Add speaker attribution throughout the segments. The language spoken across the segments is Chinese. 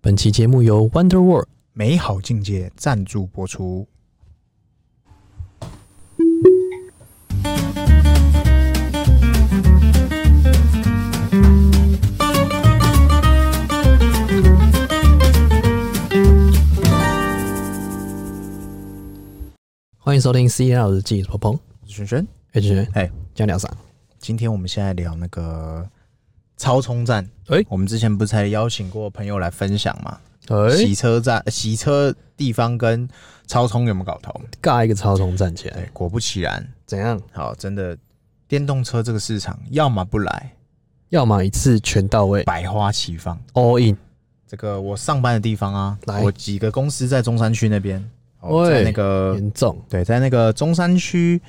Speaker 1: 本期节目由 Wonder World
Speaker 2: 美好境界赞助播出。
Speaker 1: 欢迎收听《C L 日记》，我是鹏鹏，
Speaker 2: 我是璇璇，
Speaker 1: 哎，主持人，
Speaker 2: 哎，
Speaker 1: 讲聊啥？
Speaker 2: 今天我们现在聊那个超充站。
Speaker 1: 哎
Speaker 2: 我们之前不是才邀请过朋友来分享嘛？
Speaker 1: 哎，
Speaker 2: 洗车站、呃洗车地方跟超充有没有搞头？
Speaker 1: 尬一个超充站起来，
Speaker 2: 对，果不其然，
Speaker 1: 怎样？
Speaker 2: 好，真的，电动车这个市场，要么不来，
Speaker 1: 要么一次全到位
Speaker 2: 百花齐放。
Speaker 1: ，all in，
Speaker 2: 这个我上班的地方啊
Speaker 1: 来，
Speaker 2: 我几个公司在中山区那边，哦，
Speaker 1: 喂
Speaker 2: 在那个
Speaker 1: 严重。
Speaker 2: 对，在那个中山区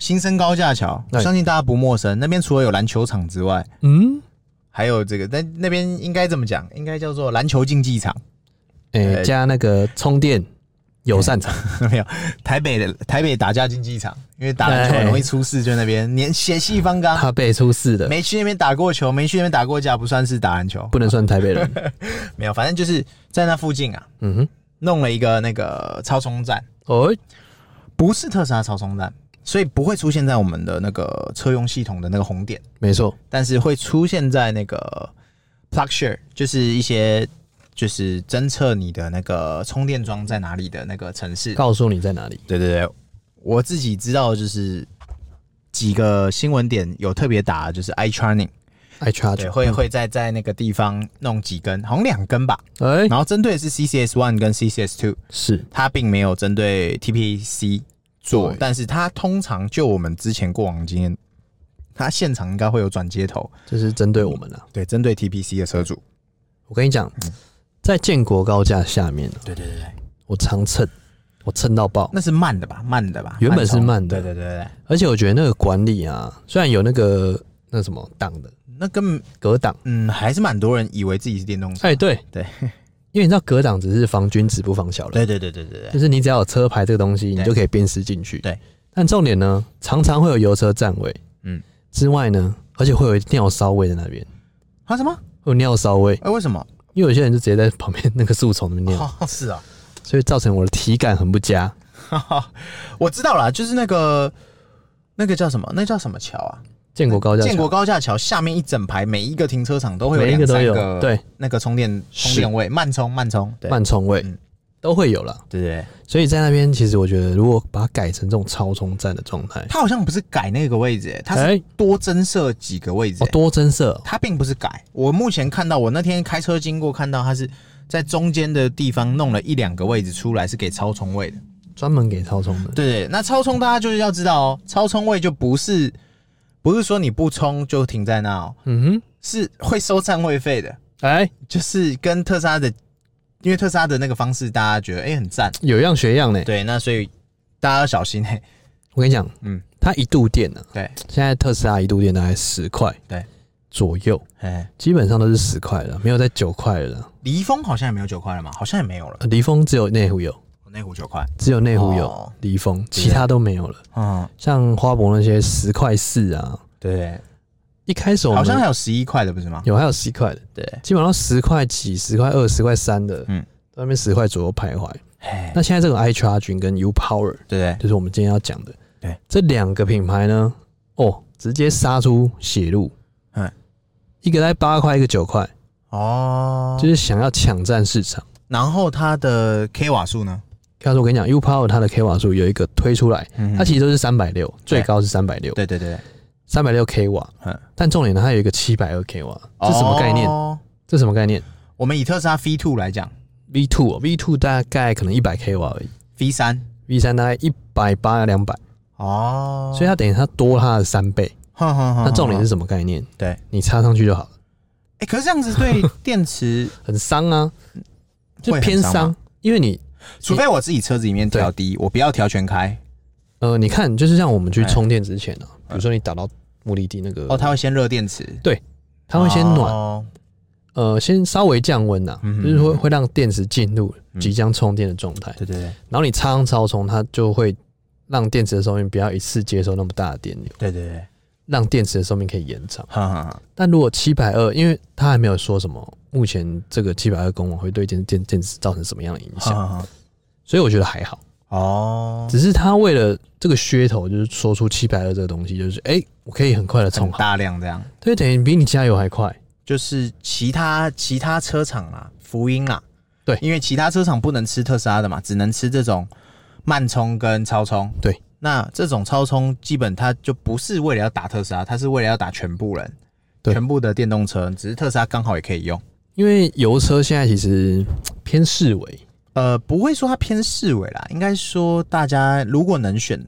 Speaker 2: 新生高架桥，我
Speaker 1: 哎
Speaker 2: 相信大家不陌生。那边除了有篮球场之外，
Speaker 1: 嗯，
Speaker 2: 还有这个，那那边应该怎么讲？应该叫做篮球竞技场。
Speaker 1: 哎，
Speaker 2: 哎
Speaker 1: 加那个充电友善场，
Speaker 2: 没有，台北的台北打架竞技场，因为打篮球很容易出事，就那边连血气方刚。
Speaker 1: 怕被出事哎的，
Speaker 2: 没去那边打过球，没去那边打过架，不算是打篮球。
Speaker 1: 不能算台北人。
Speaker 2: 没有，反正就是在那附近啊，
Speaker 1: 嗯哼，
Speaker 2: 弄了一个那个超充站，
Speaker 1: 哦，
Speaker 2: 哎不是特斯拉超充站，所以不会出现在我们的那个车用系统的那个红点。
Speaker 1: 没错，
Speaker 2: 但是会出现在那个 plug share，就是一些就是侦测你的那个充电桩在哪里的那个城市。
Speaker 1: 告诉你在哪里。
Speaker 2: 对对对，我自己知道的就是几个新闻点有特别打的，就是 i charging，
Speaker 1: I
Speaker 2: 对，
Speaker 1: charge，
Speaker 2: 会会在在那个地方弄几根，好像两根吧。
Speaker 1: 哎，
Speaker 2: 然后针对的是 CCS one 跟 CCS two，
Speaker 1: 是
Speaker 2: 它并没有针对 TPC 做
Speaker 1: 对，
Speaker 2: 但是它通常就我们之前过往经验，它现场应该会有转接头，
Speaker 1: 这是针对我们啊。
Speaker 2: 对，针对 TPC 的车主。
Speaker 1: 我跟你讲，
Speaker 2: 嗯
Speaker 1: 在建国高架下面啊，
Speaker 2: 对对对对，
Speaker 1: 我常蹭，我蹭到爆。
Speaker 2: 那是慢的吧？慢的吧？
Speaker 1: 原本是
Speaker 2: 充
Speaker 1: 慢的
Speaker 2: 对对对对，
Speaker 1: 而且我觉得那个管理啊，虽然有那个那什么档的
Speaker 2: 那跟
Speaker 1: 隔挡，
Speaker 2: 嗯还是蛮多人以为自己是电动车。
Speaker 1: 哎、对
Speaker 2: 对，
Speaker 1: 因为你知道隔挡只是防君子不防小人，
Speaker 2: 对对对对对
Speaker 1: 就
Speaker 2: 对，
Speaker 1: 是你只要有车牌这个东西，你
Speaker 2: 对
Speaker 1: 就可以辨识进去。
Speaker 2: 对，
Speaker 1: 但重点呢，常常会有油车占位，嗯
Speaker 2: 嗯，
Speaker 1: 之外呢，而且会有尿骚味在那边，
Speaker 2: 啊什么？
Speaker 1: 会有尿骚味，
Speaker 2: 哎、为什么？
Speaker 1: 因为有些人就直接在旁边那个树丛里面尿，
Speaker 2: 哦，是啊，
Speaker 1: 所以造成我的体感很不佳。
Speaker 2: 我知道了，就是那个那个叫什么？那叫什么桥啊？
Speaker 1: 建国高架桥，
Speaker 2: 建国高架桥下面一整排，每一个停车场都会有
Speaker 1: 每一个
Speaker 2: 两
Speaker 1: 都
Speaker 2: 三
Speaker 1: 有
Speaker 2: 个
Speaker 1: 对
Speaker 2: 那个充电充
Speaker 1: 是
Speaker 2: 电位，慢充慢充，对
Speaker 1: 慢冲位、
Speaker 2: 嗯
Speaker 1: 都会有了，
Speaker 2: 对对对，
Speaker 1: 所以在那边其实我觉得，如果把它改成这种超充站的状态，
Speaker 2: 它好像不是改那个位置、欸，它
Speaker 1: 哎
Speaker 2: 是多增设几个位置、
Speaker 1: 哦
Speaker 2: 欸，
Speaker 1: 多增色哦
Speaker 2: 它并不是改。我目前看到，我那天开车经过看到，它是在中间的地方弄了一两个位置出来，是给超充位的。
Speaker 1: 专门给超充的，
Speaker 2: 对对，那超充大家就是要知道哦，超充位就不是不是说你不充就停在那哦，
Speaker 1: 嗯哼，
Speaker 2: 是会收占位费的，
Speaker 1: 哎，
Speaker 2: 就是跟特斯拉的，因为特斯拉的那个方式大家觉得哎、很赞，
Speaker 1: 有样学样呢。
Speaker 2: 对，那所以大家要小心嘿、
Speaker 1: 我跟你讲，嗯
Speaker 2: 嗯，
Speaker 1: 它一度电呢、啊，
Speaker 2: 对，
Speaker 1: 现在特斯拉一度电大概十块，
Speaker 2: 对，
Speaker 1: 左右，
Speaker 2: 哎，
Speaker 1: 基本上都是十块了，没有在九块了啦。
Speaker 2: 离峰好像也没有九块了嘛，好像也没有了，
Speaker 1: 呃离峰只有内湖有，
Speaker 2: 那壶九块，
Speaker 1: 只有内湖有
Speaker 2: 哦
Speaker 1: 离峰，其他都没有了。
Speaker 2: 嗯，
Speaker 1: 像花博那些十块四啊，
Speaker 2: 对，
Speaker 1: 一开始我
Speaker 2: 好
Speaker 1: 们
Speaker 2: 像还有十一块的不是吗？
Speaker 1: 有还有十一块的，
Speaker 2: 对，
Speaker 1: 基本上十块几、十块二、十块三的，嗯
Speaker 2: 嗯，
Speaker 1: 在那边十块左右徘徊。
Speaker 2: 哎，
Speaker 1: 那现在这个 i charging 跟 U power
Speaker 2: 对对，
Speaker 1: 就是我们今天要讲的。
Speaker 2: 对，
Speaker 1: 这两个品牌呢，哦，直接杀出血路。
Speaker 2: 嗯，
Speaker 1: 一个在八块，一个九块，
Speaker 2: 哦，
Speaker 1: 就是想要抢占市场。
Speaker 2: 然后它的 K 瓦数呢？
Speaker 1: 他说：“我跟你讲，U Power 它的 k 瓦数有一个推出来，
Speaker 2: 嗯
Speaker 1: 它其实都是三百六，最高是三百六，
Speaker 2: 对对对对，
Speaker 1: 三百六 k 瓦。
Speaker 2: 嗯
Speaker 1: 但重点呢，它有一个七百二 k 瓦，这什么概念？
Speaker 2: 哦
Speaker 1: 这什么概念
Speaker 2: 我们以特斯拉 V two 来讲
Speaker 1: ？V two 哦 V two 大概可能一百 k 瓦而已
Speaker 2: ，V 三
Speaker 1: ，V 三大概一百八两百，
Speaker 2: 哦，
Speaker 1: 所以它等于它多它的三倍。
Speaker 2: 哼哼哼
Speaker 1: 那重点
Speaker 2: 哼
Speaker 1: 是什么概念？
Speaker 2: 对，哎、
Speaker 1: 你插上去就好了，
Speaker 2: 可是这样子对电池，
Speaker 1: 很伤啊，就
Speaker 2: 会很
Speaker 1: 偏
Speaker 2: 伤吗
Speaker 1: 伤，因为你
Speaker 2: 除非我自己车子里面调低，我不要调全开，
Speaker 1: 呃，你看，就是像我们去
Speaker 2: 哎
Speaker 1: 充电之前呢、啊，比如说你打到目的地那个，
Speaker 2: 哦，它会先热电池，
Speaker 1: 它会先暖，
Speaker 2: 哦
Speaker 1: 呃，先稍微降温呐、
Speaker 2: 嗯哼
Speaker 1: 就是会会让电池进入
Speaker 2: 嗯
Speaker 1: 即将充电的状态，
Speaker 2: 对对对
Speaker 1: 然后你插上超充，它就会让电池的寿命不要一次接收那么大的电流，
Speaker 2: 对对对，
Speaker 1: 让电池的寿命可以延长。
Speaker 2: 哈哈哈，
Speaker 1: 但如果七百二，因为他还没有说什么，目前这个七百二公网会对电电电池造成什么样的影响，
Speaker 2: 哈哈哈
Speaker 1: 所以我觉得还好。
Speaker 2: 哦，
Speaker 1: 只是他为了这个噱头，就是说出七百二这个东西，就是哎、诶我可以很快的
Speaker 2: 很
Speaker 1: 充好，
Speaker 2: 大量这样，
Speaker 1: 对，等于比你加油还快。
Speaker 2: 就是其他其他车厂啦，福音啦，
Speaker 1: 对
Speaker 2: 因为其他车厂不能吃特斯拉的嘛，只能吃这种慢充跟超充。
Speaker 1: 对，
Speaker 2: 那这种超充基本它就不是为了要打特斯拉，它是为了要打全部人，
Speaker 1: 对
Speaker 2: 全部的电动车，只是特斯拉刚好也可以用。
Speaker 1: 因为油车现在其实偏市委，
Speaker 2: 呃，不会说它偏市委啦，应该说大家如果能选，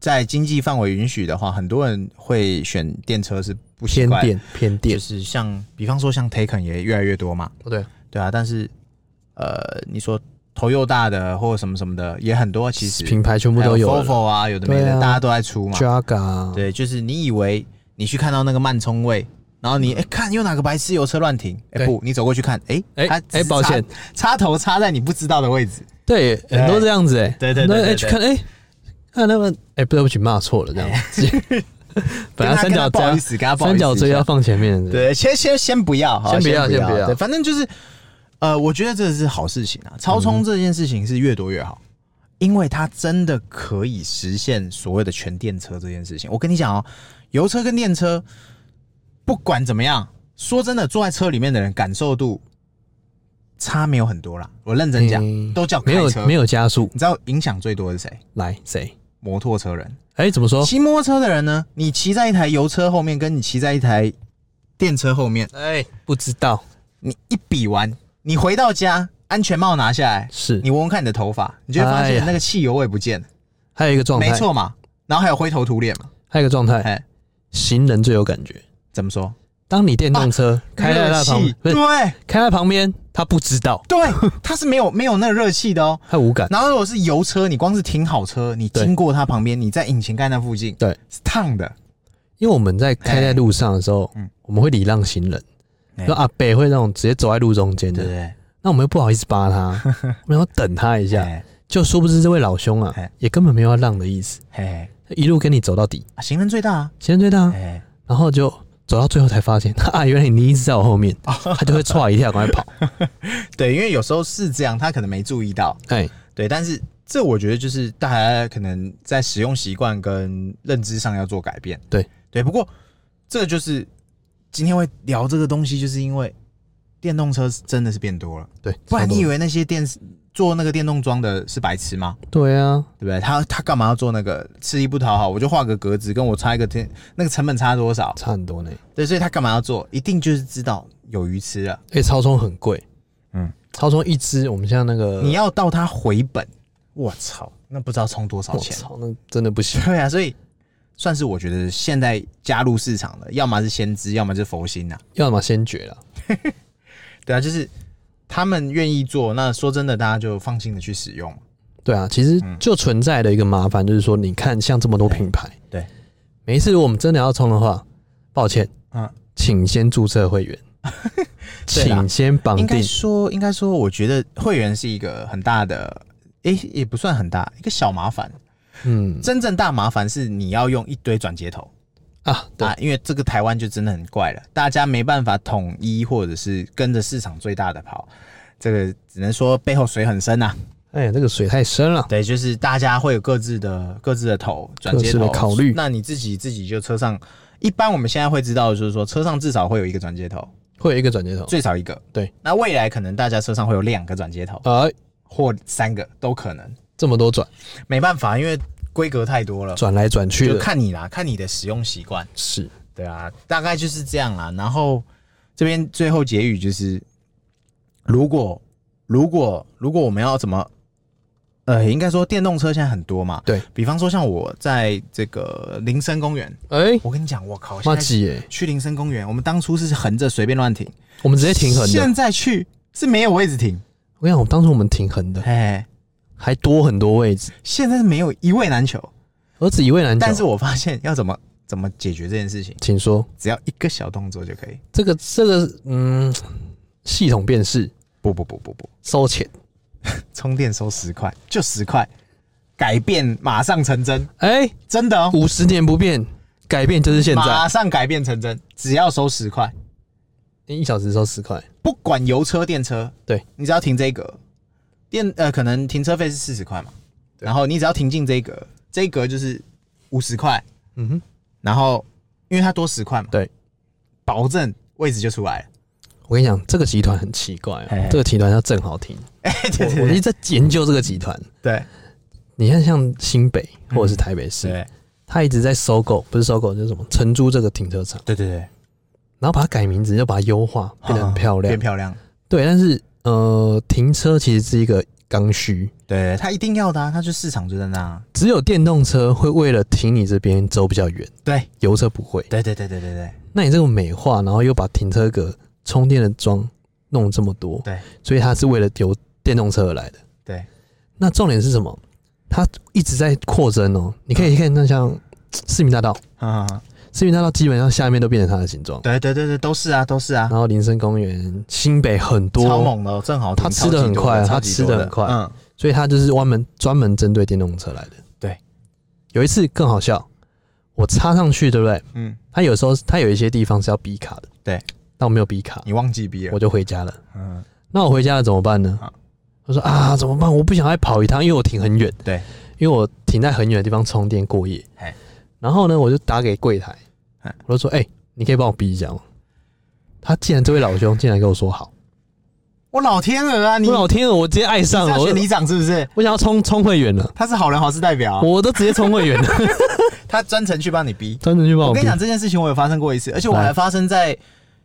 Speaker 2: 在经济范围允许的话，很多人会选电车是不习
Speaker 1: 偏
Speaker 2: 惯
Speaker 1: 电偏
Speaker 2: 就
Speaker 1: 电，
Speaker 2: 是像比方说像 Taken 也越来越多嘛，
Speaker 1: 哦对，
Speaker 2: 对啊，但是呃，你说头又大的或什么什么的也很多，其实
Speaker 1: 品牌全部都
Speaker 2: 还
Speaker 1: 有
Speaker 2: f o f
Speaker 1: 了
Speaker 2: o 啊，有的没
Speaker 1: 对
Speaker 2: 的，
Speaker 1: 啊
Speaker 2: 大家都在出嘛。
Speaker 1: ，Jaga，
Speaker 2: 对，就是你以为你去看到那个慢充位，然后你哎、诶看有哪个白痴油车乱停，哎、
Speaker 1: 嗯对
Speaker 2: 不，你走过去看，哎、
Speaker 1: 诶
Speaker 2: 它
Speaker 1: 诶抱歉，
Speaker 2: 插头插在你不知道的位置，
Speaker 1: 对，很多这样子哎，
Speaker 2: 对对对
Speaker 1: 那
Speaker 2: 对
Speaker 1: 哎
Speaker 2: 对
Speaker 1: 去看哎，看他们哎，对不起骂错了这样 子，本来三
Speaker 2: 啊跟他
Speaker 1: 角
Speaker 2: 跟他不好意
Speaker 1: 锥啊
Speaker 2: 思，跟他不好
Speaker 1: 三
Speaker 2: 意思
Speaker 1: 角锥
Speaker 2: 一下
Speaker 1: 要放前面，对
Speaker 2: 对，先先先不要，好
Speaker 1: 先不要
Speaker 2: 不
Speaker 1: 先不要嗯
Speaker 2: 对，反正就是，呃，我觉得这是好事情啊，超充这件事情是越多越好，因为它真的可以实现所谓的全电车这件事情。我跟你讲哦，油车跟电车，不管怎么样，说真的，坐在车里面的人感受度差没有很多啦。我认真讲，
Speaker 1: 嗯
Speaker 2: 都叫
Speaker 1: 没
Speaker 2: 开车，
Speaker 1: 有没
Speaker 2: 有，
Speaker 1: 有加速，
Speaker 2: 你知道影响最多的是谁？
Speaker 1: 来谁？
Speaker 2: 摩托车人。
Speaker 1: 哎，怎么说？
Speaker 2: 骑摩托车的人呢？你骑在一台油车后面，跟你骑在一台电车后面，
Speaker 1: 哎，不知道
Speaker 2: 你一比完，你回到家，安全帽拿下来，
Speaker 1: 是
Speaker 2: 你，闻闻看你的头发，你就会发
Speaker 1: 哎呀哦哎
Speaker 2: 现那个汽油味不见了，
Speaker 1: 还有一个状态
Speaker 2: 没，错嘛。然后还有灰头土脸嘛，
Speaker 1: 还有一个状态，
Speaker 2: 哎，
Speaker 1: 行人最有感觉。
Speaker 2: 怎么说？
Speaker 1: 当你电动车开在
Speaker 2: 啊热
Speaker 1: 他旁
Speaker 2: 气，，
Speaker 1: 不
Speaker 2: 对
Speaker 1: 是开在旁边，他不知道，
Speaker 2: 对，它是没有没有那个热气的哦。
Speaker 1: 他无感。
Speaker 2: 然后如果是油车，你光是停好车，你
Speaker 1: 对
Speaker 2: 经过它旁边，你在引擎盖那附近，
Speaker 1: 对，
Speaker 2: 是烫的，
Speaker 1: 因为我们在开在路上的时候，
Speaker 2: 嗯
Speaker 1: 我们会礼让行人，
Speaker 2: 哎
Speaker 1: 说阿北会那种直接走在路中间
Speaker 2: 对不
Speaker 1: 的，
Speaker 2: 对？
Speaker 1: 那我们又不好意思扒他， 我们要等他一下，
Speaker 2: 哎
Speaker 1: 就殊不知这位老兄啊
Speaker 2: 哎，
Speaker 1: 也根本没有要让的意思，
Speaker 2: 嘿，
Speaker 1: 一路跟你走到底，
Speaker 2: 哎啊行人最大啊，
Speaker 1: 前最大啊，
Speaker 2: 哎，
Speaker 1: 然后就走到最后才发现， 啊，原来你一直在我后面，
Speaker 2: 哦
Speaker 1: 他就会歘一下赶快跑，
Speaker 2: 对，因为有时候是这样，他可能没注意到，
Speaker 1: 哎，
Speaker 2: 对，但是这我觉得就是大家可能在使用习惯跟认知上要做改变。
Speaker 1: 对
Speaker 2: 对，不过这就是今天会聊这个东西，就是因为电动车真的是变多了，
Speaker 1: 对，
Speaker 2: 不然你以
Speaker 1: 为
Speaker 2: 为那些电做那个电动桩的是白痴吗？
Speaker 1: 对啊，
Speaker 2: 对不对？他他干嘛要做那个吃力不讨好？我就画个格子，跟我差一个天，那个成本差多少？
Speaker 1: 差很多呢，
Speaker 2: 对，所以他干嘛要做？一定就是知道有鱼吃了，
Speaker 1: 而且超充很贵，
Speaker 2: 嗯，
Speaker 1: 超充一支我们像那个
Speaker 2: 你要到他回本，我操，那不知道充多少
Speaker 1: 我
Speaker 2: 钱。
Speaker 1: 操，那真的不行，
Speaker 2: 对啊，所以算是我觉得现在加入市场的，要么是先知，要么就是佛心呐、啊
Speaker 1: 要么先决了，
Speaker 2: 对啊，就是他们愿意做，那说真的，大家就放心的去使用嘛。
Speaker 1: 对啊，其实就存在的一个麻烦就是说，你看像这么多品牌，
Speaker 2: 嗯对，
Speaker 1: 每一次如果我们真的要充的话，抱歉，
Speaker 2: 嗯，
Speaker 1: 请先注册会员，
Speaker 2: 对啦
Speaker 1: 请先绑
Speaker 2: 应
Speaker 1: 定
Speaker 2: 该，说，应该说，我觉得会员是一个很大的，诶、也不算很大，一个小麻烦。
Speaker 1: 嗯
Speaker 2: 真正大麻烦是你要用一堆转接头
Speaker 1: 啊，对
Speaker 2: 啊，因为这个台湾就真的很怪了，大家没办法统一或者是跟着市场最大的跑，这个只能说背后水很深呐、啊
Speaker 1: 哎呀，这个水太深了，
Speaker 2: 对，就是大家会有各自的各自的头转
Speaker 1: 各
Speaker 2: 接
Speaker 1: 自
Speaker 2: 头
Speaker 1: 的考虑
Speaker 2: 那你自己自己就车上，一般我们现在会知道，就是说车上至少会有一个转接头，
Speaker 1: 会有一个转接头，
Speaker 2: 最少一个。
Speaker 1: 对，
Speaker 2: 那未来可能大家车上会有两个转接头
Speaker 1: 哎，
Speaker 2: 或三个都可能，
Speaker 1: 这么多转，
Speaker 2: 没办法，因为规格太多了，
Speaker 1: 转来转去
Speaker 2: 就
Speaker 1: 的，
Speaker 2: 看你啦，看你的使用习惯。
Speaker 1: 是
Speaker 2: 对啊，大概就是这样啦。然后这边最后结语就是，如果如果如果我们要怎么，呃，应该说电动车现在很多嘛，
Speaker 1: 对
Speaker 2: 比方说像我在这个林森公园，
Speaker 1: 哎，
Speaker 2: 我跟你讲，我靠，
Speaker 1: 妈
Speaker 2: 现在
Speaker 1: 几哎，
Speaker 2: 去林森公园，我们当初是横着随便乱停，
Speaker 1: 我们直接停横的，
Speaker 2: 现在去是没有位置停，
Speaker 1: 我跟你讲，我们当初我们停横的
Speaker 2: 哎，
Speaker 1: 还多很多位置，
Speaker 2: 现在是没有一位难求。
Speaker 1: 儿子一位难
Speaker 2: 但是
Speaker 1: 求，
Speaker 2: 我发现要怎么怎么解决这件事情，
Speaker 1: 请说。
Speaker 2: 只要一个小动作就可以。
Speaker 1: 这个这个嗯，系统辨识
Speaker 2: 不不不不不，
Speaker 1: 收钱，
Speaker 2: 充电收十块，就十块，改变马上成真，
Speaker 1: 哎、
Speaker 2: 真的哦。
Speaker 1: 五十年不变，改变就是现在，
Speaker 2: 马上改变成真，只要收十块，
Speaker 1: 一小时收十块，
Speaker 2: 不管油车电车，
Speaker 1: 对
Speaker 2: 你只要停这一格，电呃可能停车费是四十块嘛，然后你只要停进这一格，这一格就是五十块，
Speaker 1: 嗯哼，
Speaker 2: 然后因为它多十块嘛，
Speaker 1: 对，
Speaker 2: 保证位置就出 来了。
Speaker 1: 我跟你讲，这个集团很奇怪、
Speaker 2: 嘿嘿
Speaker 1: 哦，这个集团叫正好 听，
Speaker 2: 哎、对
Speaker 1: 我我一
Speaker 2: 对
Speaker 1: 直在研究这个集团。
Speaker 2: 对
Speaker 1: 你看，像新北或者是台北市，
Speaker 2: 对
Speaker 1: 他一直在收购，不是收购就是什么承租这个停车场，
Speaker 2: 对对对，
Speaker 1: 然后把它改名字，又把它优化，啊变得很漂亮
Speaker 2: 变。漂亮，
Speaker 1: 对，但是呃，停车其实是一个刚需，
Speaker 2: 对它一定要的、啊，它就市场就在那、啊。
Speaker 1: 只有电动车会为了停你这边走比较远，
Speaker 2: 对
Speaker 1: 油车不会。
Speaker 2: 对对对对对对
Speaker 1: 那你这个美化，然后又把停车格、充电的桩弄这么多，
Speaker 2: 对
Speaker 1: 所以它是为了由电动车而来的。
Speaker 2: 对，
Speaker 1: 那重点是什么？它一直在扩增哦。你可以看那像
Speaker 2: 嗯
Speaker 1: 嘖市民大道，
Speaker 2: 哈哈，
Speaker 1: 市民大道基本上下面都变成它的形状。
Speaker 2: 对对对对，都是啊都是啊
Speaker 1: 然，后林森公园、新北很
Speaker 2: 超
Speaker 1: 多，
Speaker 2: 猛的哦，正好停
Speaker 1: 它吃得很快啊
Speaker 2: 超级
Speaker 1: 它吃
Speaker 2: 多
Speaker 1: 得很快
Speaker 2: 嗯，
Speaker 1: 所以它就是专门专门针对电动车来的。
Speaker 2: 对，
Speaker 1: 有一次更好笑，我插上去，对不对？
Speaker 2: 嗯，
Speaker 1: 它有时候它有一些地方是要逼卡的，
Speaker 2: 对，
Speaker 1: 但我没有逼卡，
Speaker 2: 你忘记逼了
Speaker 1: 我，就回家了。
Speaker 2: 嗯，
Speaker 1: 那我回家了怎么办呢
Speaker 2: 啊？
Speaker 1: 我说啊，怎么办？我不想再跑一趟，因为我停很远，
Speaker 2: 对，
Speaker 1: 因为我停在很远的地方充电过夜
Speaker 2: 嘿。
Speaker 1: 然后呢，我就打给柜台
Speaker 2: 嘿，
Speaker 1: 我就说：“哎、你可以帮我逼一下吗？”他竟然这位老兄竟然跟我说好，
Speaker 2: 我老天鹅啊，你
Speaker 1: 我老天鹅，我直接爱上
Speaker 2: 你
Speaker 1: 了，
Speaker 2: 嗯是要
Speaker 1: 我
Speaker 2: 选里长是不是？
Speaker 1: 我想要充充会员了，
Speaker 2: 他是好人好事代表啊，
Speaker 1: 我都直接充会员 了，
Speaker 2: 他专程去帮你逼。
Speaker 1: 专程去帮
Speaker 2: 我
Speaker 1: 哦逼
Speaker 2: 跟你。讲这件事情，我有发生过一次，而且我还
Speaker 1: 来
Speaker 2: 发生在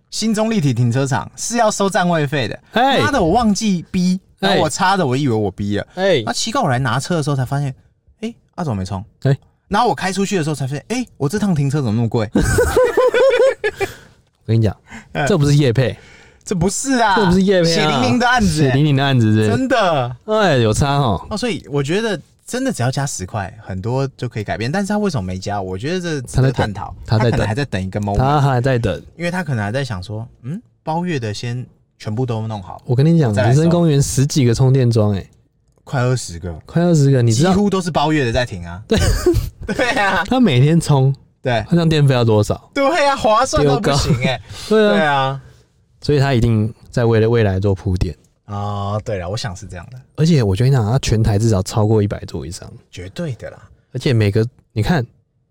Speaker 2: 新中立体停车场，是要收占位费的。
Speaker 1: 哎
Speaker 2: 妈的，我忘记逼，然后
Speaker 1: 哎
Speaker 2: 我插的，我以为我逼了。
Speaker 1: 哎
Speaker 2: 那奇怪，我来拿车的时候才发现，哎，阿总没充。
Speaker 1: 哎，
Speaker 2: 然后我开出去的时候才发现，哎，我这趟停车怎么那么 贵？
Speaker 1: 我跟你讲
Speaker 2: 哎，
Speaker 1: 这不是叶配，
Speaker 2: 这不是啊，
Speaker 1: 这不是叶配啊，
Speaker 2: 血淋淋的案子
Speaker 1: 血，淋淋的案子是不是，
Speaker 2: 真的。
Speaker 1: 哎，有差哦。
Speaker 2: 哦，所以我觉得真的只要加十块，很多就可以改变。但是他为什么没加？我觉得这值
Speaker 1: 他在
Speaker 2: 得
Speaker 1: 等
Speaker 2: 探讨。
Speaker 1: 他在
Speaker 2: 可能
Speaker 1: 等
Speaker 2: 还在等一个 moment，
Speaker 1: 他还在等。
Speaker 2: 因为他可能还在想说，嗯，包月的先全部都弄好，
Speaker 1: 我跟你讲，
Speaker 2: 再来
Speaker 1: 人生
Speaker 2: 收
Speaker 1: 公园十几个充电桩，哎，
Speaker 2: 快二十个，
Speaker 1: 快二十个，你知
Speaker 2: 几
Speaker 1: 道
Speaker 2: 乎都是包月的在停 啊。对， 对啊，
Speaker 1: 他每天充，
Speaker 2: 对，
Speaker 1: 他这样电费要多少？
Speaker 2: 对啊，划算到不
Speaker 1: 丢高
Speaker 2: 行哎。
Speaker 1: 对
Speaker 2: 对
Speaker 1: 啊，
Speaker 2: 啊，
Speaker 1: 所以他一定在为了未来做铺垫。
Speaker 2: 哦，对了，我想是这样的，
Speaker 1: 而且我觉得你讲，他全台至少超过一百座以上，
Speaker 2: 绝对的啦
Speaker 1: 而且每个你看，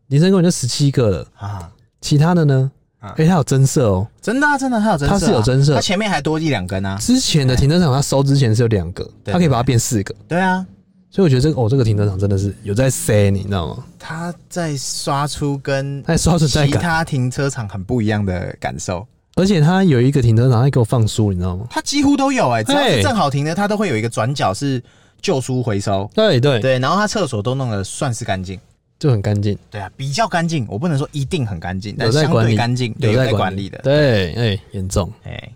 Speaker 1: 林森公园就十七个了，
Speaker 2: 啊，
Speaker 1: 其他的呢？
Speaker 2: 啊
Speaker 1: 哎，它有增设哦。
Speaker 2: 真的啊，真的，它有增色啊，
Speaker 1: 它是有增色
Speaker 2: 它前面还多一两根啊。
Speaker 1: 之前的停车场它收之前是有两个，
Speaker 2: 对
Speaker 1: 它可以把它变四个，
Speaker 2: 对啊，
Speaker 1: 所以我觉得这个哦，这个停车场真的是有在塞，你知道吗？
Speaker 2: 它在刷出跟
Speaker 1: 它在刷存在
Speaker 2: 其
Speaker 1: 感，
Speaker 2: 他停车场很不一样的感受，
Speaker 1: 而且它有一个停车场，它给我放书，你知道吗？
Speaker 2: 它几乎都有哎、只要是
Speaker 1: 嘿
Speaker 2: 正好停的，它都会有一个转角是旧书回收，
Speaker 1: 对对，
Speaker 2: 对，然后它厕所都弄得算是干净，
Speaker 1: 就很干净，
Speaker 2: 对啊，比较干净，我不能说一定很干净，但
Speaker 1: 有在
Speaker 2: 相
Speaker 1: 管
Speaker 2: 对
Speaker 1: 理，
Speaker 2: 干净，对，
Speaker 1: 有
Speaker 2: 有在
Speaker 1: 管
Speaker 2: 管理的，
Speaker 1: 对，哎，严重，
Speaker 2: 哎，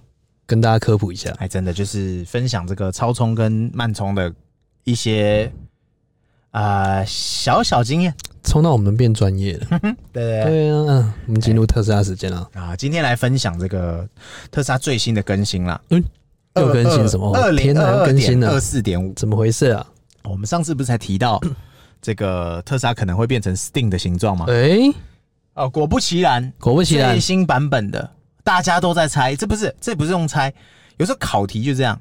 Speaker 1: 跟大家科普一下，
Speaker 2: 还真的就是分享这个超充跟慢充的一些啊小小经验，
Speaker 1: 冲到我们变专业了，
Speaker 2: 对对
Speaker 1: 对啊，嗯，我们进入特斯拉时间了，
Speaker 2: 啊，今天来分享这个特斯拉最新的更新啦，
Speaker 1: 嗯又更新什么？
Speaker 2: 二
Speaker 1: 哦天
Speaker 2: 零
Speaker 1: 哪，
Speaker 2: 二
Speaker 1: 又
Speaker 2: 二
Speaker 1: 更新
Speaker 2: 点二
Speaker 1: 了，
Speaker 2: 四点五。哦
Speaker 1: 怎么回事啊？
Speaker 2: 我们上次不是才提到这个特斯拉可能会变成 Sting 的形状吗？
Speaker 1: 哎，
Speaker 2: 哦，果不其然，
Speaker 1: 果不其然
Speaker 2: 最，新版本的大家都在猜，这不是这不是用猜，有时候考题就这样，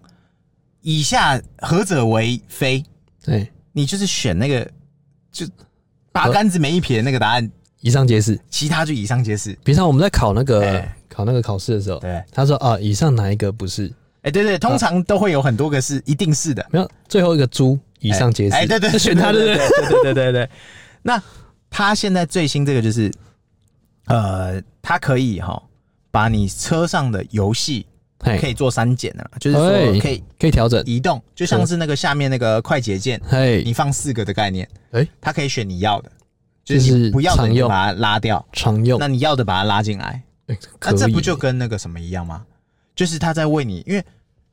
Speaker 2: 以下何者为非？
Speaker 1: 哎，
Speaker 2: 你就是选那个就八竿子没一撇的那个答案，
Speaker 1: 以上皆是。
Speaker 2: 其他就以上皆是。
Speaker 1: 平常我们在考那个
Speaker 2: 哎
Speaker 1: 考那个考试的时候，
Speaker 2: 对，哎、
Speaker 1: 他说啊，以上哪一个不是？
Speaker 2: 对对，通常都会有很多个是一定是的，
Speaker 1: 没有，最后一个猪以上皆是。
Speaker 2: 哎，对对，
Speaker 1: 就
Speaker 2: 对
Speaker 1: 选他对不
Speaker 2: 对
Speaker 1: 对？
Speaker 2: 对对对对对。那他现在最新这个就是，呃，它可以哈把你车上的游戏可
Speaker 1: 嘿，
Speaker 2: 以做删减的啦，就是说
Speaker 1: 哎
Speaker 2: 可以
Speaker 1: 可以调整。
Speaker 2: 移动，就像是那个下面那个快捷键，
Speaker 1: 嘿
Speaker 2: 你，放四个的概念，
Speaker 1: 哎，
Speaker 2: 它可以选你要的，就
Speaker 1: 就是
Speaker 2: 是你不要的
Speaker 1: 常
Speaker 2: 你就
Speaker 1: 用
Speaker 2: 把它拉掉，
Speaker 1: 常用
Speaker 2: 那。你要的把它拉进来，
Speaker 1: 哎可
Speaker 2: 那
Speaker 1: 以
Speaker 2: 这不就跟那个什么一样吗？就是他在为你，因为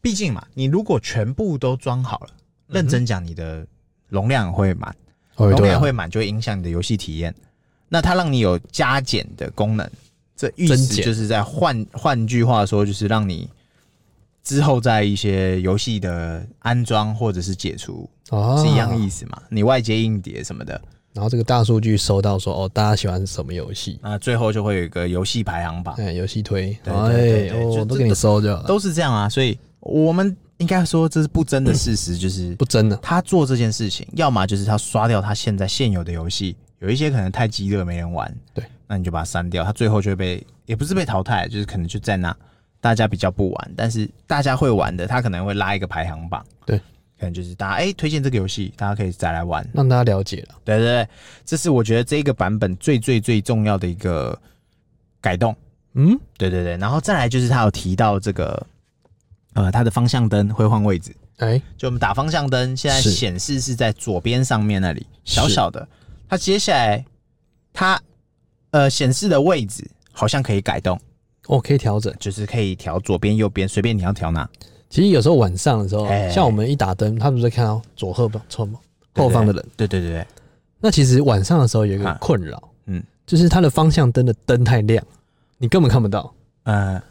Speaker 2: 毕竟嘛，你如果全部都装好了，
Speaker 1: 嗯
Speaker 2: 认真讲，你的容量会满。
Speaker 1: 哦
Speaker 2: 容
Speaker 1: 对啊
Speaker 2: 量会满就会影响你的游戏体验。那它让你有加减的功能，这意
Speaker 1: 增
Speaker 2: 思
Speaker 1: 减
Speaker 2: 就是在换换句话说，就是让你之后在一些游戏的安装或者是解除
Speaker 1: 哦
Speaker 2: 是一样意思嘛？你外接硬碟什么的，
Speaker 1: 然后这个大数据收到说哦，大家喜欢什么游戏，
Speaker 2: 那最后就会有一个游戏排行榜，
Speaker 1: 哎，游戏推，
Speaker 2: 对对
Speaker 1: 哎，
Speaker 2: 对对就
Speaker 1: 哦，都
Speaker 2: 这
Speaker 1: 给你收掉了，
Speaker 2: 都是这样啊。所以我们应该说这是不争的事实，就是
Speaker 1: 不真的，
Speaker 2: 他做这件事情，要么就是他刷掉他现在现有的游戏，有一些可能太激烈没人玩，
Speaker 1: 对，
Speaker 2: 那你就把它删掉，他最后就会被也不是被淘汰，就是可能就在那大家比较不玩，但是大家会玩的，他可能会拉一个排行榜，
Speaker 1: 对，
Speaker 2: 可能就是大家哎、推荐这个游戏，大家可以再来玩，
Speaker 1: 让大家了解了。
Speaker 2: 对对对，这是我觉得这个版本最最最重要的一个改动。
Speaker 1: 嗯，
Speaker 2: 对对对，然后再来就是他有提到这个，呃，他的方向灯会换位置，
Speaker 1: 哎，
Speaker 2: 就我们打方向灯，现在
Speaker 1: 是
Speaker 2: 显示是在左边上面那里，
Speaker 1: 是
Speaker 2: 小小的。它接下来它呃显示的位置好像可以改动，
Speaker 1: 我哦可以调整。
Speaker 2: 就是可以调左边、右边，随便你要调哪。
Speaker 1: 其实有时候晚上的时候
Speaker 2: 哎，
Speaker 1: 像我们一打灯，他们就会看到左后方、侧后方的人。
Speaker 2: 对对对对，
Speaker 1: 那其实晚上的时候有一个
Speaker 2: 啊
Speaker 1: 困扰，
Speaker 2: 嗯
Speaker 1: 就是它的方向灯的灯太亮，你根本看不到。
Speaker 2: 呃，哎、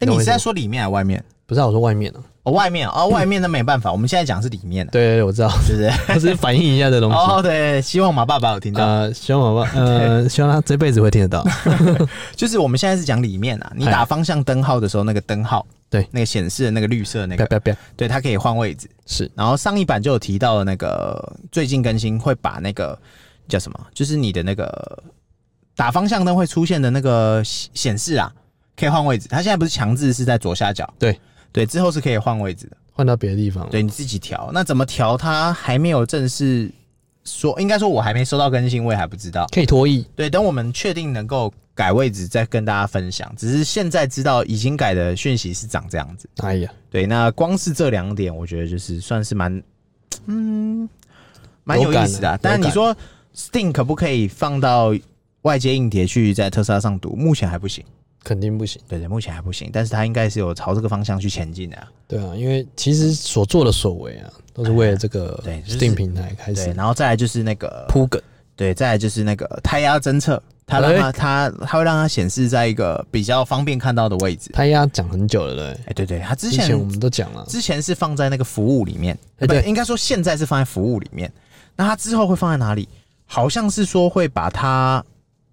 Speaker 1: 你懂
Speaker 2: 你
Speaker 1: 我意
Speaker 2: 是
Speaker 1: 思吗
Speaker 2: 在说里面还是外面？
Speaker 1: 不是啊，我说外面啊。
Speaker 2: 哦，外面哦，外面那没办法，我们现在讲是里面 的，
Speaker 1: 对对对，我知道，
Speaker 2: 对不对？
Speaker 1: 我只是反映一下这东西。
Speaker 2: 哦，对对，对希望马爸爸有听到。
Speaker 1: 呃，希望宝 宝，呃，希望他这辈子会听得到。
Speaker 2: 就是我们现在是讲里面啊，你打方向灯号的时候，那个灯号，
Speaker 1: 对
Speaker 2: 那个显示的那个绿色 那
Speaker 1: 啪
Speaker 2: 个，
Speaker 1: 啪啪，
Speaker 2: 对，它可以换位置。
Speaker 1: 是
Speaker 2: 然后上一版就有提到那个最近更新会把那个叫什么，就是你的那个打方向灯会出现的那个显显示啊，可以换位置。它现在不是强制是在左下角，
Speaker 1: 对嗯
Speaker 2: 对，之后是可以换位置的，
Speaker 1: 换到别的地方了。
Speaker 2: 对，你自己调。那怎么调？它还没有正式说，应该说我还没收到更新，我也还不知道。
Speaker 1: 可以脱衣，
Speaker 2: 对，等我们确定能够改位置再跟大家分享。只是现在知道已经改的讯息是长这样子。
Speaker 1: 哎呀，
Speaker 2: 对，那光是这两点，我觉得就是算是蛮，嗯，蛮有
Speaker 1: 有感
Speaker 2: 意
Speaker 1: 啊
Speaker 2: 思的、啊
Speaker 1: 有。
Speaker 2: 但是你
Speaker 1: 感
Speaker 2: 说 Steam 可不可以放到外接硬碟去在特斯拉上读？目前还不行。
Speaker 1: 肯定不行。
Speaker 2: 对对，目前还不行，但是它应该是有朝这个方向去前进的啊、
Speaker 1: 对啊，因为其实所做的所为啊，都是为了这个
Speaker 2: 对就是
Speaker 1: Steam 平台开
Speaker 2: 对，
Speaker 1: 始
Speaker 2: 然后再来就是那个，
Speaker 1: 铺梗。
Speaker 2: 对，再来就是那个胎压侦测，它让
Speaker 1: 哎
Speaker 2: 它它它会让它显示在一个比较方便看到的位置。
Speaker 1: 他压讲很久了，对不对。
Speaker 2: 哎、对对，它之
Speaker 1: 之
Speaker 2: 前
Speaker 1: 前我们都讲了，
Speaker 2: 之前是放在那个服务里面，
Speaker 1: 哎
Speaker 2: 不
Speaker 1: 对
Speaker 2: 应该说现在是放在服务里面。那它之后会放在哪里？好像是说会把它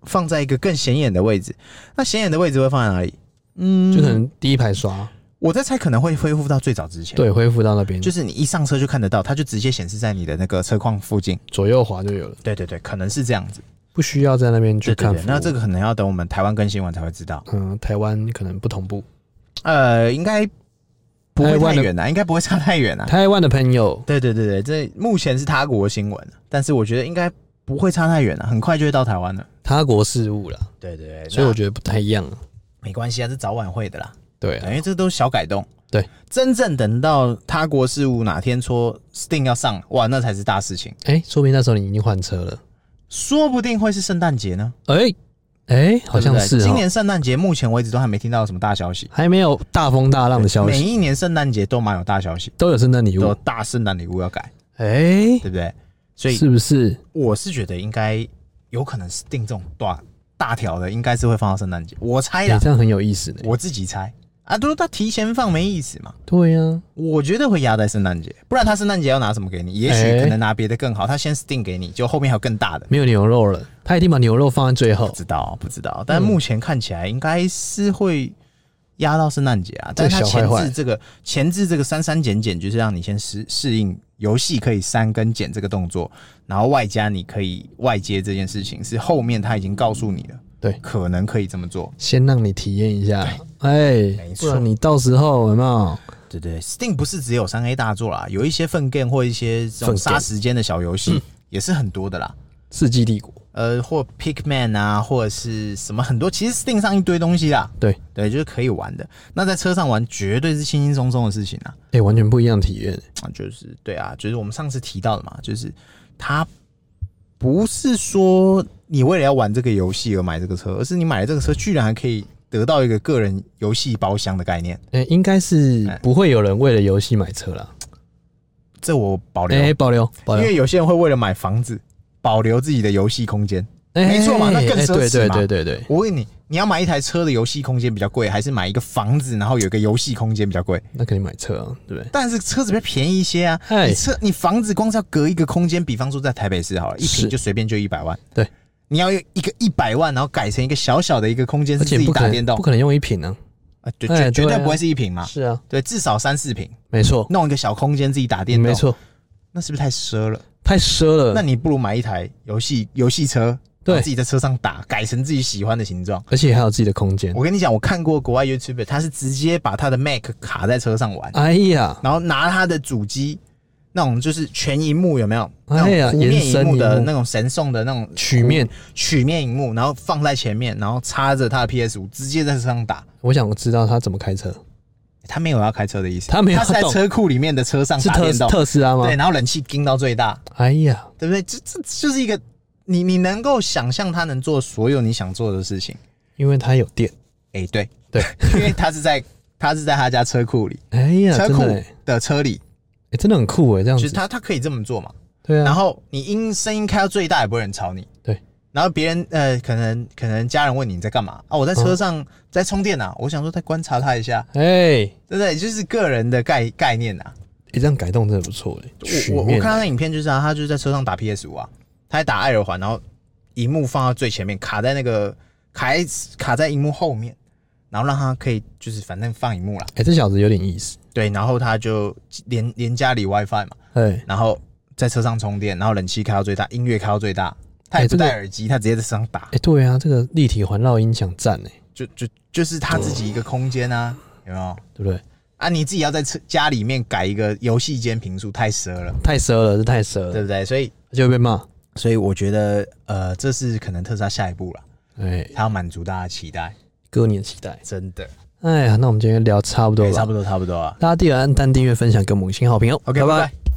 Speaker 2: 放在一个更显眼的位置。那显眼的位置会放在哪里？嗯，
Speaker 1: 就可能第一排刷，
Speaker 2: 我在猜，可能会恢复到最早之前。，
Speaker 1: 对，恢复到那边，
Speaker 2: 嗯就
Speaker 1: 就是
Speaker 2: 你一上车就看得到，它就直接显示在你的那个车况附近。
Speaker 1: 左右滑就有了，
Speaker 2: 对对对，可能是这样子。
Speaker 1: 不需要在那边去
Speaker 2: 对对
Speaker 1: 看服
Speaker 2: 对
Speaker 1: 务。，
Speaker 2: 那这个可能要等我们台湾更新完才会知道。
Speaker 1: 嗯，台湾可能不同步。
Speaker 2: 呃，应该不会
Speaker 1: 台
Speaker 2: 太
Speaker 1: 湾的
Speaker 2: 远啊，应该不会差太远啊。
Speaker 1: 台湾的朋友，
Speaker 2: 对对对对，这目前是他国新闻，但是我觉得应该不会差太远了、很快就会到台湾了。
Speaker 1: 他国事务啦，
Speaker 2: 对对对，
Speaker 1: 所以我
Speaker 2: 觉
Speaker 1: 觉得不太一样。
Speaker 2: 得没关系啊，这早晚会的啦，
Speaker 1: 对啊，
Speaker 2: 因为这都是小改动。
Speaker 1: 对，
Speaker 2: 真正等到他国事务哪天说 Sting 要上，哇，那才是大事情，
Speaker 1: 哎，说明那时候你已经换车了。
Speaker 2: 说不定会是圣诞节呢。
Speaker 1: 哎哎，好像
Speaker 2: 对不对
Speaker 1: 是哦
Speaker 2: 今年圣诞节目前为止都还没听到什么大消息。
Speaker 1: 还没有大风大浪的消
Speaker 2: 每
Speaker 1: 息，
Speaker 2: 一年圣诞节都蛮有大消息，
Speaker 1: 都有圣诞礼
Speaker 2: 都有
Speaker 1: 物。
Speaker 2: 大圣诞礼物要改，
Speaker 1: 哎
Speaker 2: 对，不对？所以
Speaker 1: 是不是？
Speaker 2: 我是觉得应该有可能是定这种大大条的，应该是会放到圣诞节，我猜
Speaker 1: 哎，
Speaker 2: 的，
Speaker 1: 这样很有意思呢。
Speaker 2: 我自己猜啊，都他提前放没意思嘛。
Speaker 1: 对啊呀，
Speaker 2: 我觉得会压在圣诞节，不然他圣诞节要拿什么给你？也许
Speaker 1: 哎
Speaker 2: 可能拿别的更好，他先 Steam 给你，就后面还有更大的。
Speaker 1: 没有牛肉了，他一定把牛肉放在最
Speaker 2: 不
Speaker 1: 后。
Speaker 2: 知道，不知道，
Speaker 1: 嗯
Speaker 2: 但目前看起来应该是会压到圣诞节啊。但是他
Speaker 1: 这个
Speaker 2: 前
Speaker 1: 小坏坏
Speaker 2: 置这个前置这个删删减减，就是让你先适适应游戏可以删跟减这个动作，然后外加你可以外接这件事情，是后面他已经告诉你了，
Speaker 1: 对
Speaker 2: 可能可以这么做。
Speaker 1: 先让你体验一下，哎
Speaker 2: 没，
Speaker 1: 不
Speaker 2: 错
Speaker 1: 然你到时候有没有？
Speaker 2: 对对，Steam 不是只有三 A 大作啦，有一些粪 game 或一些这种
Speaker 1: 粪 game
Speaker 2: 杀时间的小游
Speaker 1: 嗯
Speaker 2: 戏也是很多的啦。
Speaker 1: 世纪帝国，
Speaker 2: 呃，或 Pickman 啊，或者是什么很多，其实 Steam 上一堆东西啦。
Speaker 1: 对，
Speaker 2: 对，就是可以玩的。那在车上玩绝对是轻轻松松的事情啊，
Speaker 1: 哎，完全不一样的体验。
Speaker 2: 啊就是对啊，就是我们上次提到的嘛，就是它不是说你为了要玩这个游戏而买这个车，而是你买了这个车，居然还可以得到一个个人游戏包厢的概念，
Speaker 1: 哎，应该是
Speaker 2: 哎
Speaker 1: 不会有人为了游戏买车啦。
Speaker 2: 这我保留，
Speaker 1: 哎，保留，保
Speaker 2: 因
Speaker 1: 留，
Speaker 2: 为有些人会为了买房子保留自己己的游戏空间。
Speaker 1: 哎
Speaker 2: 没错嘛那更
Speaker 1: 哎
Speaker 2: 奢侈
Speaker 1: 对对
Speaker 2: 嘛
Speaker 1: 对对对，
Speaker 2: 我问你，你要买一台车的游戏空间比较贵，还是买一个房子然后有一个游戏空间比较贵？
Speaker 1: 那肯定买车啊，对不对？
Speaker 2: 但是车子比较便宜一些啊。
Speaker 1: 哎
Speaker 2: 你车你房子光是要隔一个空间，比方说在台北市好了，一
Speaker 1: 是
Speaker 2: 平就随便就一百万。
Speaker 1: 对，
Speaker 2: 你要用一个一百万，然后改成一个小小的一个空间，
Speaker 1: 而
Speaker 2: 是自
Speaker 1: 且
Speaker 2: 己
Speaker 1: 不可
Speaker 2: 打电
Speaker 1: 能
Speaker 2: 动
Speaker 1: 不，可能用一瓶呢、
Speaker 2: 啊，绝
Speaker 1: 哎
Speaker 2: 绝绝
Speaker 1: 对
Speaker 2: 对
Speaker 1: 啊
Speaker 2: 不会是一平嘛。
Speaker 1: 是啊，
Speaker 2: 对，至少三四平，
Speaker 1: 没错，
Speaker 2: 弄一个小空间自己打电动，
Speaker 1: 没，错，
Speaker 2: 那是不是太奢了？
Speaker 1: 太奢了。
Speaker 2: 那你不如买一台游戏游戏车，
Speaker 1: 对
Speaker 2: 然后自己在车上打，改成自己喜欢的形状。
Speaker 1: 而且还有自己的空间。
Speaker 2: 我跟你讲，我看过国外 YouTuber，他是直接把他的 Mac 卡在车上玩，
Speaker 1: 哎呀，
Speaker 2: 然后拿他的主机那种就是全荧幕有没有？那
Speaker 1: 哎呀
Speaker 2: 种弧面
Speaker 1: 延伸
Speaker 2: 荧幕
Speaker 1: 荧
Speaker 2: 的
Speaker 1: 幕
Speaker 2: 那种神送的那种嗯
Speaker 1: 曲面，
Speaker 2: 曲面荧幕，然后放在前面，然后插着他的 PS 五，直接在车上打。
Speaker 1: 我想知道他怎么开车，
Speaker 2: 他没有要开车的意思，
Speaker 1: 他没有
Speaker 2: 他是在
Speaker 1: 动
Speaker 2: 车库里面的车上
Speaker 1: 是
Speaker 2: 打
Speaker 1: 特
Speaker 2: 电动，
Speaker 1: 特斯拉吗？
Speaker 2: 对，然后冷气盯到最大，
Speaker 1: 哎呀，
Speaker 2: 对不对？这这这就是一个你你能够想象他能做所有你想做的事情。
Speaker 1: 因为它有电。
Speaker 2: 哎、对
Speaker 1: 对，
Speaker 2: 因为他是在他是在他家车库里，
Speaker 1: 哎呀，
Speaker 2: 车
Speaker 1: 真
Speaker 2: 库
Speaker 1: 的、欸
Speaker 2: 的车里，
Speaker 1: 欸真的很酷哎、这样
Speaker 2: 就是
Speaker 1: 子。
Speaker 2: 他他可以这么做嘛。
Speaker 1: 对
Speaker 2: 然
Speaker 1: 啊，
Speaker 2: 后你音声音开到最大也不会有人吵你。
Speaker 1: 对。
Speaker 2: 然后别人呃，可能可能家人问你你在干嘛啊？我在车
Speaker 1: 嗯
Speaker 2: 上在充电啊，我想说再观察他一下，
Speaker 1: 哎、欸
Speaker 2: 对不对？就是个人的概概念啊。
Speaker 1: 这样改动真的不错哎、曲
Speaker 2: 我我我
Speaker 1: 面
Speaker 2: 看他那影片就是啊，他就是在车上打 PS 五啊，他还打爱尔环，然后荧幕放到最前面，卡在那个卡在卡在荧幕后面，然后让他可以就是反正放荧幕啦，
Speaker 1: 哎、这小子有点意思。
Speaker 2: 对，然后他就连连家里 WiFi 嘛，
Speaker 1: 哎、
Speaker 2: 然后在车上充电，然后冷气开到最大，音乐开到最大，他
Speaker 1: 哎
Speaker 2: 也
Speaker 1: 这
Speaker 2: 不
Speaker 1: 个
Speaker 2: 戴耳机，他直接在车上打
Speaker 1: 哎、，对啊，这个立体环绕音响赞哎，
Speaker 2: 就就就是他自己一个空间啊，有没有？
Speaker 1: 对不对？
Speaker 2: 啊，你自己要在车家里面改一个游戏间屏数，太奢了，
Speaker 1: 太奢了，这太奢了
Speaker 2: 对，不对？所以
Speaker 1: 就会被骂。
Speaker 2: 所以我觉得呃，这是可能特斯拉下一步了。
Speaker 1: 哎、
Speaker 2: 他要满足大家期待，
Speaker 1: 哥你的期待。
Speaker 2: 真的，
Speaker 1: 哎呀，那我们今天聊差不多
Speaker 2: 对，差
Speaker 1: 了，
Speaker 2: 不多，差不多啊。
Speaker 1: 大家记得按赞、订阅、分享，给我们五星好评哦。
Speaker 2: OK，拜
Speaker 1: 拜
Speaker 2: 拜。